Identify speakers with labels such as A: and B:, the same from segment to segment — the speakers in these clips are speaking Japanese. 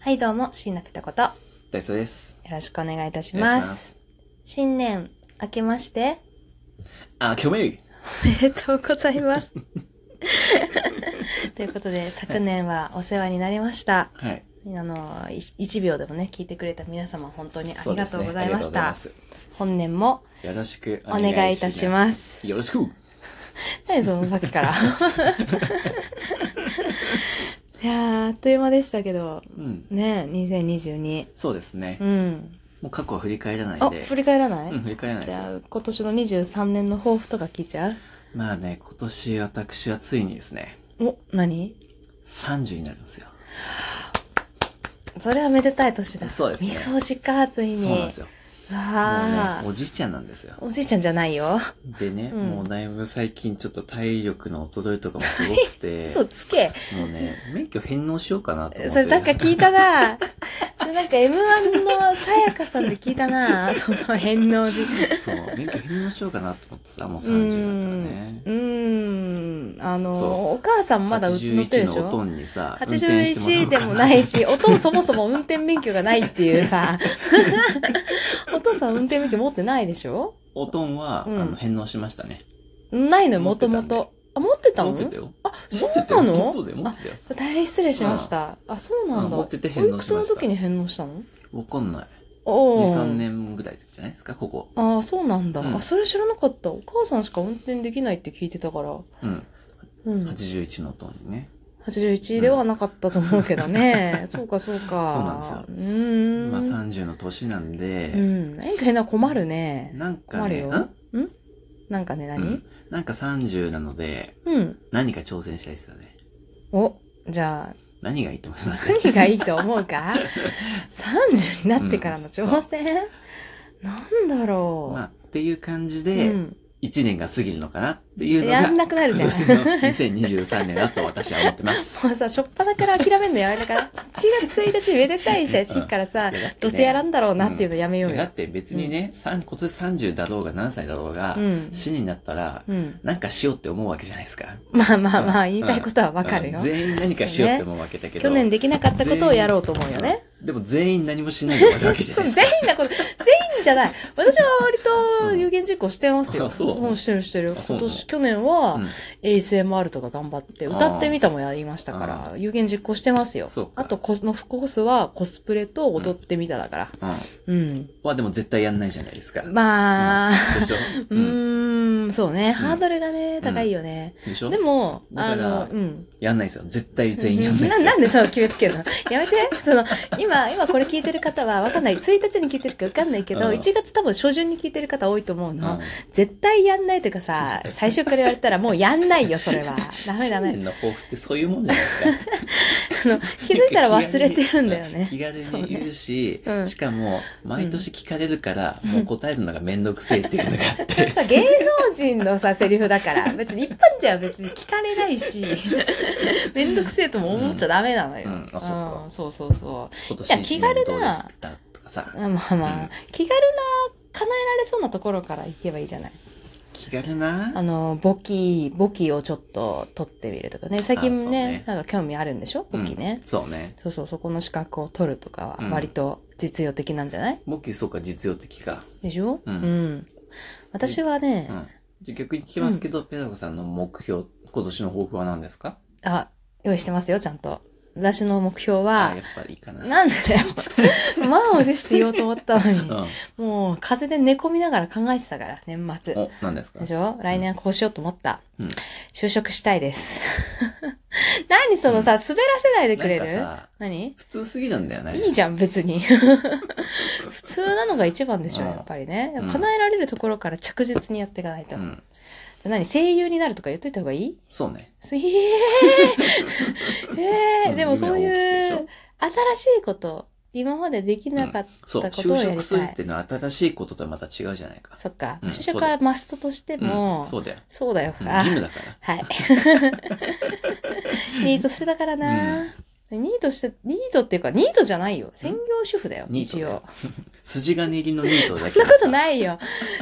A: はい、どうも、椎名ペタこと、よ
B: 大佐です。
A: ろしくお願いいたし
B: お
A: ま
B: 願い
A: す。
B: します
A: 新年、明けまして、
B: あ、今日め
A: おめでとうござい ます。ということで、昨年はお世話になりました。
B: はい。
A: あの、い一秒でもね、聞いてくれた皆様、本当にありがとうございまし
B: そう
A: た。
B: ですね
A: 本年も、
B: ありがとうございますよろしく
A: お願いいたします。
B: よろしく
A: 何そのさっき から。いやー、あっという間でしたけど、
B: うん。
A: ね、2022。
B: そうですね
A: う。ん。
B: もう過去は振り返らない
A: あ、
B: で。
A: 振り返らない、
B: うん、振り返らない
A: じ
B: です
A: ゃ
B: よ。
A: あ、今年の23年の抱負とか聞いちゃう
B: まあね、今年私はついにですね、
A: お、何
B: 30になるんですよ。
A: それはめでたい年だ。
B: そうですね
A: みそじか、ついに。
B: そうなんですよ。
A: わあ、
B: もうね、おじいちゃんなんですよ。
A: おじいちゃんじゃないよ。
B: でね、
A: うん
B: もうだいぶ最近ちょっと体力の衰えとかもすごく て、
A: 嘘つけ。
B: もうね、免許返納しようかなと思って。
A: それなんか聞いたな。 それなんか M1 のさやかさんで聞いた な。その返納時。
B: そう、免許返納しようかなと思ってさ、もう
A: うー
B: 30だったらね
A: ん。。うーん。あ
B: そう
A: の、お母さんまだ乗ってるで
B: 81
A: し
B: のおと
A: ょ
B: んにさ、運転して
A: 81
B: もら
A: で
B: おうか
A: もない し、お父そもそも運転免許がないっていうさ、お父さん運転免許持ってないでしょ
B: おとんは、
A: うん
B: あの、返納しましたね。
A: ないのよ、
B: 持
A: も
B: って
A: と
B: たん
A: も
B: で
A: と。あ、持ってたの
B: 持ってたよ。
A: あ、
B: 持
A: そ
B: っ
A: う
B: てたよ
A: なの
B: そうだよ、持ってたよ。
A: あ大変失礼しました。あ、そうなん
B: うん
A: だ。
B: 持ってて
A: お
B: 返
A: い
B: 納
A: く
B: し
A: つ
B: ま
A: の
B: した。
A: 時に返納したの
B: わかんない。
A: お
B: 2、
A: ー
B: 3年ぐらいじゃないですか、ここ。
A: ああ、そうなんだ、
B: うん
A: あ、それ知らなかった。お母さんしか運転できないって聞いてたから。
B: うん。
A: うん。
B: 81のおとんにね。
A: 81ではなかったと思うけどね。 そうか、そうか。
B: そうなんです
A: う
B: よ
A: ーん。
B: まあ30の年なん
A: う
B: で、
A: ん。なんか変な困るね。
B: なんか
A: 困る
B: ね、
A: よ。
B: ん
A: んなんかね、
B: う
A: 何
B: んなんか30なので、
A: うん、
B: 何か挑戦したいですよね。
A: お、じゃあ、
B: 何がいいと思います
A: 何がいいと思う か ?30 になってからの挑戦、なんだろう。
B: まあ、っていう感じ
A: う
B: で、
A: ん。
B: 1年が過ぎるのかなっていうのが、
A: やんなくなるじ ゃん。
B: 今年の2023年だと私は思ってます。
A: もうさ、しょっぱなから諦めんのやめたから、4月1日めでたいし、からさ、
B: いやだってね
A: どうせやらんだろうなっていうのやめよう
B: だっ
A: よ。
B: て別にね、三今年30だろうが何歳だろうが
A: う、ん。
B: 死になったら、
A: うん。
B: なんかしようって思うわけじゃないですか。
A: まあまあまあ、
B: うん
A: 言いたいことはわかるよ
B: うん。全員何かしようって思うわけだけど。
A: 去年できなかったことをやろうと思うよね。
B: でも全員何もしないで終わるわけじゃ
A: そ、
B: ないうで
A: 全
B: すか。
A: 員なこと、全員じゃない。私は割と有言実行してますよ。
B: あそう
A: もうしてるしてる。
B: あそ
A: 今
B: う
A: 年、去年は
B: う、ん
A: ASMR とか頑張って、歌ってみたもやりましたから
B: あ、
A: 有言実行してますよ
B: そう。か
A: あと、このコースはコスプレと踊ってみただから。
B: うん。
A: うん。
B: はでも絶対やんないじゃないですか。
A: まあ、
B: でしょ
A: う
B: うん。
A: ーん、そうね。ハードルがね、
B: ん
A: 高いよね。
B: でしょ
A: でも、
B: だ
A: あ
B: から
A: の、うん。
B: やんないですよ。絶対全員やんないで す
A: な
B: よ。
A: なんでそう決めつけるのやめて。その、今、今これ聞いてる方はわかんない。1日に聞いてるかわかんないけど、
B: うん
A: 1月多分初旬に聞いてる方多いと思うの。
B: うん
A: 絶対やんないというかさ、最初から言われたらもうやんないよ、それ は。ダメダ
B: 新
A: メ。
B: 年の抱負ってそういうもんじゃないですか。
A: その、気づいたら忘れてるんだよね。
B: 気軽に言うし、
A: そうねうん
B: しかも、毎年聞かれるから、もう答えるのがめんどくせえっていうのが あって。
A: さ芸能人のさセリフだから別に一般人は別に聞かれないし めんどくせえとも思っちゃダメなのよ、
B: うんうんあそっか
A: うんそうそうそ
B: 今
A: じゃあ
B: 年
A: 気
B: 一
A: 軽な
B: 年どうでしたとかさ
A: う。まあまあまあ、
B: うん
A: 気軽な叶えられそうなところから行けばいいじゃない
B: 気軽な
A: あの簿記簿記をちょっと取ってみるとかね最
B: あそ
A: 近
B: う
A: ね
B: ね
A: なんか興味あるんでしょ簿記ね、
B: うんそうね。
A: そうそうそこの資格を取るとかは
B: うん
A: 割と実用的なんじゃない、
B: 簿記そうか、実用的か。
A: でしょう
B: う
A: んん、私はね、
B: うん。じゃあ逆に聞きますけど、ペダコさんの目標、今年の抱負は何ですか
A: あ用意してますよちゃんと私の目標
B: あ
A: は
B: やっぱりいいかな。
A: なんで だよ。満を持して言おうと思ったのに。
B: うん。
A: もう、風邪で寝込みながら考えてたから、年末。
B: お、何ですか
A: でしょ来年はこうしようと思った。
B: うん
A: 就職したいです。 何そのさ、滑らせないでくれ
B: なんか
A: る
B: さ、
A: 何
B: 普通すぎるんだよね。
A: いいじゃん、別 に。普通なのが一番でしょ、
B: うん
A: やっぱりね。
B: うん
A: 叶えられるところから着実にやっていかないと。じ
B: う
A: ゃあ
B: ん。
A: 何声優になるとか言っといた方がいい
B: そうね。
A: え ー、え
B: う
A: ー、
B: ん
A: でもそうい
B: 夢は大きいで
A: う新しいこと、今までできなかった
B: そう、
A: ことを
B: 就
A: やり
B: 職する
A: たい
B: ってのは新しいこととはまた違うじゃないか。
A: そっか。
B: うん
A: 就職はマストとしても、
B: んそうだよ。
A: そうだよ。
B: うん
A: あ
B: 義務だから。
A: はい。ニートしてたからな、ニートして、ニートっていうか、ニートじゃないよ。専業主婦だよ。
B: ニート
A: 一
B: だ
A: 応
B: よ。筋金入りのニートだけ
A: そんなこと
B: い
A: ないよ。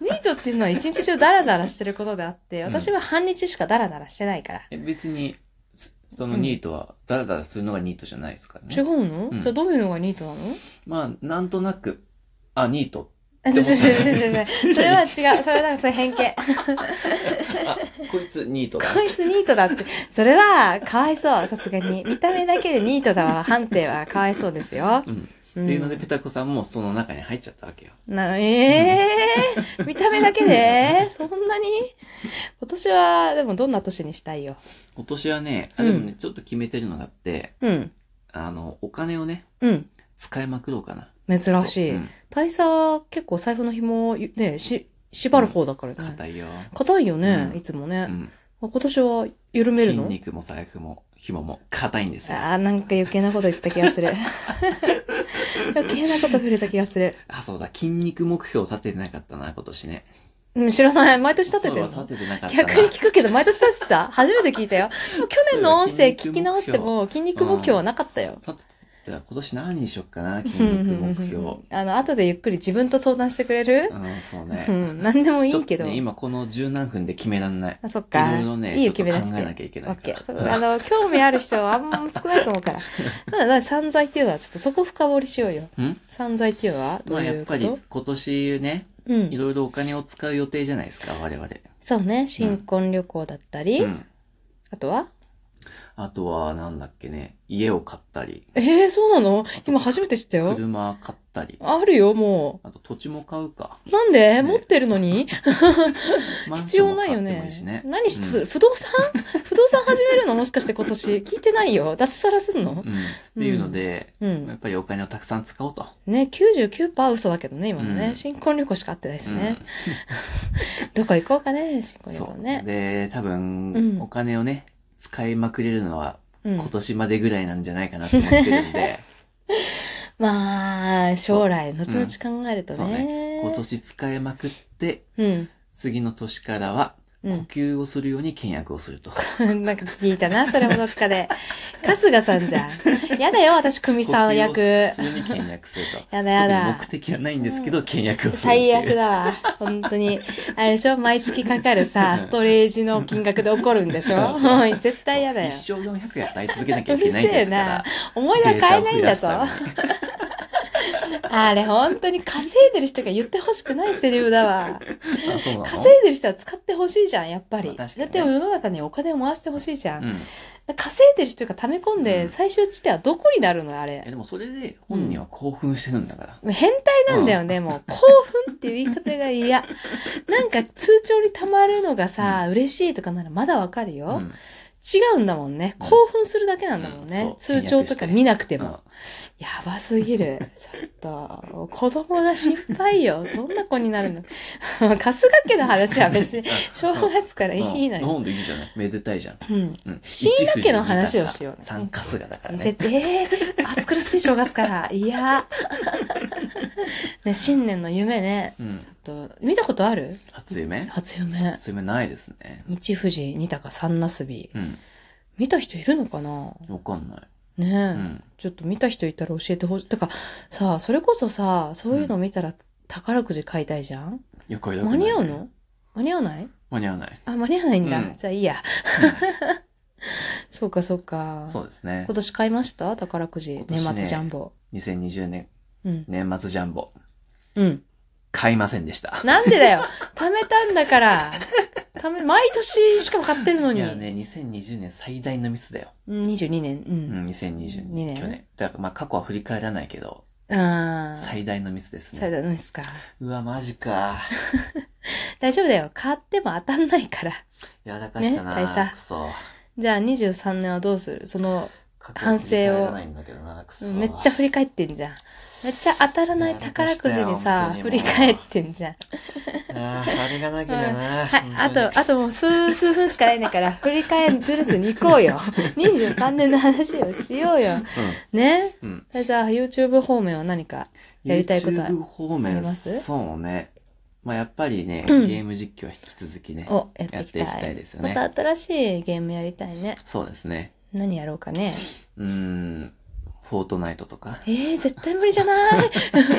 A: ニートっていうのは一日中ダラダラしてることであって、
B: うん
A: 私は半日しかダラダラしてないから。
B: 別にすそのニートは、だらだらするのがニートじゃないですから
A: 違
B: ね。
A: うの、
B: うん
A: それどういうのがニートなの
B: まあ、なんとなく、あ、ニート。
A: あ違う違う違う違うそれは違う。それはなんかそれ偏見。
B: あ、こいつニートだ。
A: こいつニートだって。それは、かわいそう、さすがに。見た目だけでニートだわ、判定はかわいそうですよ。
B: うん。
A: う
B: っていうので、
A: ん、
B: ペタコさんもその中に入っちゃったわけよ。
A: なえー、見た目だけでそんなに今年は、でもどんな年にしたいよ。
B: 今年はね、あ、
A: うん
B: でもね、ちょっと決めてるのがあって、
A: うん。
B: あの、お金をね、
A: うん。
B: 使いまくろうかな。
A: 珍しい。
B: うん
A: 大佐、結構財布の紐、ね、し、縛る方だからね。
B: 硬いよ。
A: 硬いよね、
B: うん
A: いつも
B: う
A: ね。
B: ん。
A: あ今年は緩める
B: 筋
A: の
B: 肉も財布も紐も硬いんですよ。
A: あーなんか余計なこと言った気がす る。余計なこと触れた気がする。
B: あ、そうだ、筋肉目標立ててなかったな、今年ね。
A: うん、知らない。毎年立ててる
B: そう
A: の
B: 立ててなかったな。
A: 逆に聞くけど、毎年立ててた初めて聞いたよ。でも去年の音声聞き直しても、筋肉目標はなかったよ。
B: 立ててた今年何にしよっか な、筋
A: う
B: 肉
A: ん
B: 目標。うん、
A: あの、後でゆっくり自分と相談してくれる
B: そう
A: う
B: ね。
A: ん、何でもいいけ
B: ちょっと
A: ど。
B: ね、今この十何分で決めらんない。
A: あ、そっ
B: い
A: か。
B: ろいろね、
A: いいよ、
B: ちょ
A: 決
B: っ
A: め
B: と
A: なくて
B: 考えな。きゃいけ
A: オ
B: な
A: ッ
B: いか
A: ケー。
B: ら。
A: そうあの、興味ある人はあんま少ないと思うから。ただ、だ散財っていうのはちょっとそこ深掘りしようよ。
B: うん
A: 散財っていうのはど
B: ま
A: う
B: あ
A: い
B: やっ
A: うこと、
B: ぱり今年ね、
A: う
B: い
A: ん。
B: ろいろお金を使う予定じゃないですか、我々。
A: そうね。新婚旅行だったり、
B: うん。
A: あとは
B: あとは、なんだっけね、家を買ったり、
A: ええー、そうなの今初めて知ったよ。
B: 車買ったり、
A: あるよ、も
B: あと土地も買 うか。
A: う。なんで、
B: ね
A: 持ってるのに
B: マン
A: 必
B: ショ
A: 要
B: ンも
A: ない
B: 買
A: よ
B: ってもい
A: ね
B: いし。ね。
A: 何しする、不動産 不動産始めるのもしかして今年。聞いてないよ。脱サラすんの
B: うん。うんっていうので、
A: う
B: やっ
A: ん。
B: ぱりお金をたくさん使おうと。
A: ね、99%嘘だけどね、今のね。
B: うん
A: 新婚旅行しか合ってないです
B: うん
A: ね。どこ行こうかね、新婚旅
B: そ
A: 行
B: う。
A: ね。
B: で、多分、
A: うん
B: お金をね、使いまくれるのは
A: う
B: 今
A: ん。
B: 年までぐらいなんじゃないかなと思ってる んで、
A: まあ、将来、後
B: そう
A: 々考えると
B: そう
A: ね。
B: 今年使いまくって、
A: うん。
B: 次の年からは、
A: う
B: 呼
A: ん。
B: 吸をするように倹約をすると。
A: なんか聞いたな、それもどっかで。春日さんじゃん。やだよ、私、久美さん役。
B: 呼吸をするように倹約すると。
A: やだ やだ
B: 特に目。的はないんですけど、倹約をするっていう。
A: 最悪だわ。本当に。あれでしょ毎月かかるさ、ストレージの金額で起こるんでしょ
B: そう
A: もう絶対嫌だよ。
B: そう一生400円払い続けなきゃい けないんですから。
A: 思い出は買えないんだぞ
B: デ。ータを増やすために
A: あれ、本当に稼いでる人が言ってほしくないセリフだわ。
B: あそうなの
A: 稼いでる人は使ってほしいじゃん、やっぱり。
B: まあ
A: だっ
B: 確かにね
A: て世の中にお金を回してほしいじゃん。
B: うん。
A: 稼いでる人が溜め込ん
B: う
A: で、
B: ん
A: 最終地点はどこになるのあれ
B: え。でもそれで本人は興奮してるんだから。
A: 変態なんだよね、もう。興奮っていう言い方が嫌。なんか通帳に溜まるのがさ、嬉しいとかならまだわかるよ。
B: うん
A: 違うんだもんね。
B: うん
A: 興奮するだけなんだもん
B: うん
A: ね。
B: そう
A: 通帳とか見なくても。
B: うん
A: やばすぎ る。ちょっと、子供が心配よ。どんな子になるの 春日家の話は別に、正月からいいの
B: 日
A: よ。
B: 本でいいじゃない。めでたいじゃん。
A: うん。
B: うん。
A: 新学期の話をしようね
B: 三春日だから
A: 見せ
B: ね。
A: て、えー、暑苦しい正月から。いや。ね、新年の夢ね。
B: うん。
A: ちょっと、見たことある
B: 初夢
A: 初夢。
B: 初夢ないですね。
A: 日富士、二鷹、三なすび。
B: うん。
A: 見た人いるのかな
B: わかんない。
A: ねえ。
B: うん。
A: ちょっと見た人いたら教えてほしい。てか、さあ、それこそさ、そういうの見たら宝くじ買いたいじゃん、
B: いやこれだけ
A: 間
B: ない
A: に合うの間に合わない
B: 間に合わ ない。
A: あ、間に合わないんだ。
B: うん
A: じゃあいいや。そうか、そうか。
B: そうですね
A: 今。年買いました宝くじ、
B: 今年ね
A: 年末ジャンボ。
B: 2020年
A: うん。
B: 年末ジャンボ。
A: うん。
B: 買いませんでした。
A: なんでだよ 貯めたんだから貯め、毎年しかも買ってるの
B: い
A: に。
B: やね、2020年最大のミスだよ。
A: うん22年。う。
B: うんん、2020
A: 二年
B: 年。去年。だからまあ過去は振り返らないけど、
A: ああ。
B: 最大のミスです
A: 最
B: ね。
A: 大のミスか。
B: うわ、マジか。
A: 大丈夫だよ。買っても当たんないから。
B: やらかしたな。
A: ね大佐
B: くそ。
A: じゃあ23年はどうするその、
B: 過去は振り返らないんだけどなく
A: う
B: そ
A: んめっちゃ振り返ってんじゃん。めっちゃ当たらない宝くじにさ、
B: い
A: 振
B: や本当
A: り
B: に
A: 返ってんじゃん。
B: あーあれがなければ
A: はい、あ
B: な。本当に
A: と、あともう数、数分しかないんだから、振り返ずるずるに行こう よ。23年の話をしようよ。ね
B: うん。うん。
A: じゃあ、YouTube 方面は何かやりたいことは
B: YouTube 方
A: ありま
B: 面、
A: す
B: そうね。まあやっぱりね、ゲ
A: うん
B: ーム実況は引き続きね。
A: をやっていきたい。
B: やっていきたいですよね
A: また新しいゲームやりたいね。
B: そうですね。
A: 何やろうかね。
B: うーん。フォートナイトとか。
A: えー、絶対無理じゃない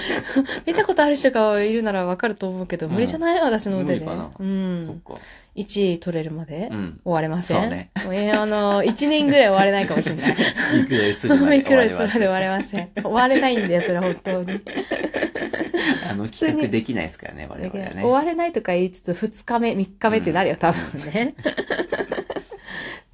A: 見たことある人がいるならわかると思うけど、無理じゃない私の腕で。
B: 無理かな
A: う
B: そっ
A: ん。
B: か。
A: 1位取れるまで
B: う
A: 終
B: ん。
A: われません。
B: そうね
A: もうえーあの、1年ぐらい終われないかもしれ ない。
B: いくらするま
A: い
B: で
A: くら
B: 終わ
A: いす
B: り
A: る
B: ま
A: まで
B: せ
A: 終
B: ん
A: われません。終われないんだよ、それ本当 に。
B: あの、
A: 通に
B: 企画できないですからね、我々はね。
A: 終われないとか言いつつ、2日目、3日目ってなるよ、多分 ね。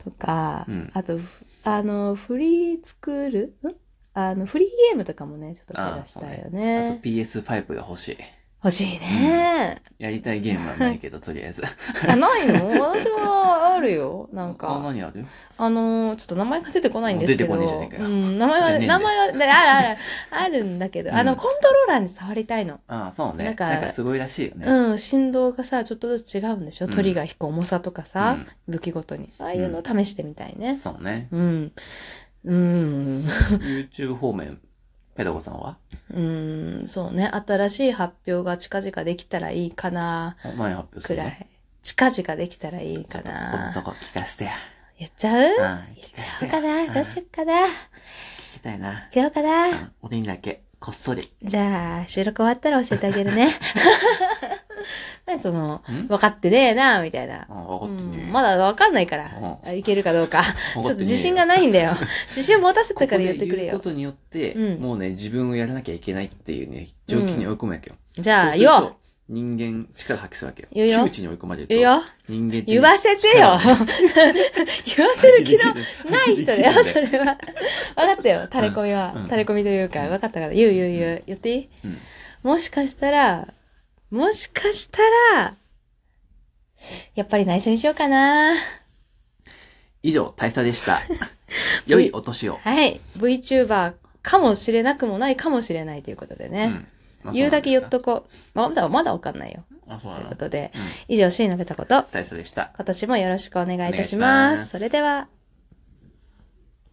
A: とか、
B: うん
A: あと、ふあの、フリー作るんあの、フリーゲームとかもね、ちょっと手出したいよ
B: あ
A: ね。
B: と PS5 が欲しい。
A: 欲しいね。
B: やりたいゲームはない けど、とりあえず。
A: あ、ないの私はあるよ。なん
B: 他
A: か、
B: 何ある
A: あのーちょっと名前が出てこないんですけど。
B: もう出てこねえじゃねえかよ
A: うん、名前
B: じゃ
A: は、
B: ねえんだ
A: 名前
B: よ
A: は、ねあるある、あるんだけど、あの、
B: うん
A: コントローラーに触りたいの。
B: ああ、そう
A: な
B: ね。なんん
A: か
B: かすごいらしいよね。
A: うん、振動がさ、ちょっとずつ違うんでしょ、
B: うん
A: トリガー引く重さとかさ、武器ごとに。ああいうのを試してみたい
B: うん
A: ね。
B: そうね。
A: うん。うん。
B: YouTube 方面、ペダコさんは
A: うん、そうね。新しい発表が近々できたらいいかな、
B: お何発表す
A: く
B: るの
A: らい。近々できたらいい
B: ち
A: か
B: ょっとこ
A: な。
B: このとこ聞かせてや。
A: 言っちゃう
B: う
A: 言
B: ん
A: っ
B: 聞か
A: ち
B: せ
A: ゃ
B: て
A: おうか
B: や。
A: な。
B: ん
A: どうしよっかな。
B: 聞きたいな。
A: 行こうか
B: う
A: な。
B: んおでんだけ、こっそり。
A: じゃあ、収録終わったら教えてあげる ね。何その、
B: ん
A: 分かってねえな、みたいな。
B: あ分かってねえよ
A: うんまだ分かんないから
B: うん、
A: あいけるかどうか。ちょ
B: 分
A: っと
B: かてねえよ
A: 自信がないん だよ。自信を持たせてから言ってくれよ。
B: ここで言うことによって、
A: うん
B: もうね、自分をやらなきゃいけないっていうね、状況に追い込むわけよ。
A: じゃあ、
B: そうすると
A: よ、
B: 人間、力発揮するわけよ。
A: 言うよ
B: 窮地に追い込まれると。
A: 言うよ、
B: 人間って
A: 言わせてよ。
B: 力を
A: 言わせる気の
B: 発揮できる
A: ない人だ
B: 発揮
A: よ、
B: でき
A: そ
B: るん
A: れは。分かったよ、タレコミは
B: うん。
A: タレコミというか、
B: うん
A: 分かったから、言う言う言う。言っていい
B: うん
A: もしかしたら、もしかしたら、やっぱり内緒にしようかな。
B: 以上、大佐で した。良いお年を。
A: はい。VTuber かもしれなくもないかもしれないということで
B: う
A: ね。
B: んまあ
A: 言うだけ言っ
B: そ
A: とこう。まあまだ、まだわかんないよ。
B: うなんですか。あ、
A: と
B: そうないん
A: う
B: だ
A: ことで。
B: うん
A: 以上、シーナベタこと。
B: 大佐でした。
A: 今年もよろしくお願いいたし
B: お願
A: ま。
B: いしますす
A: それでは。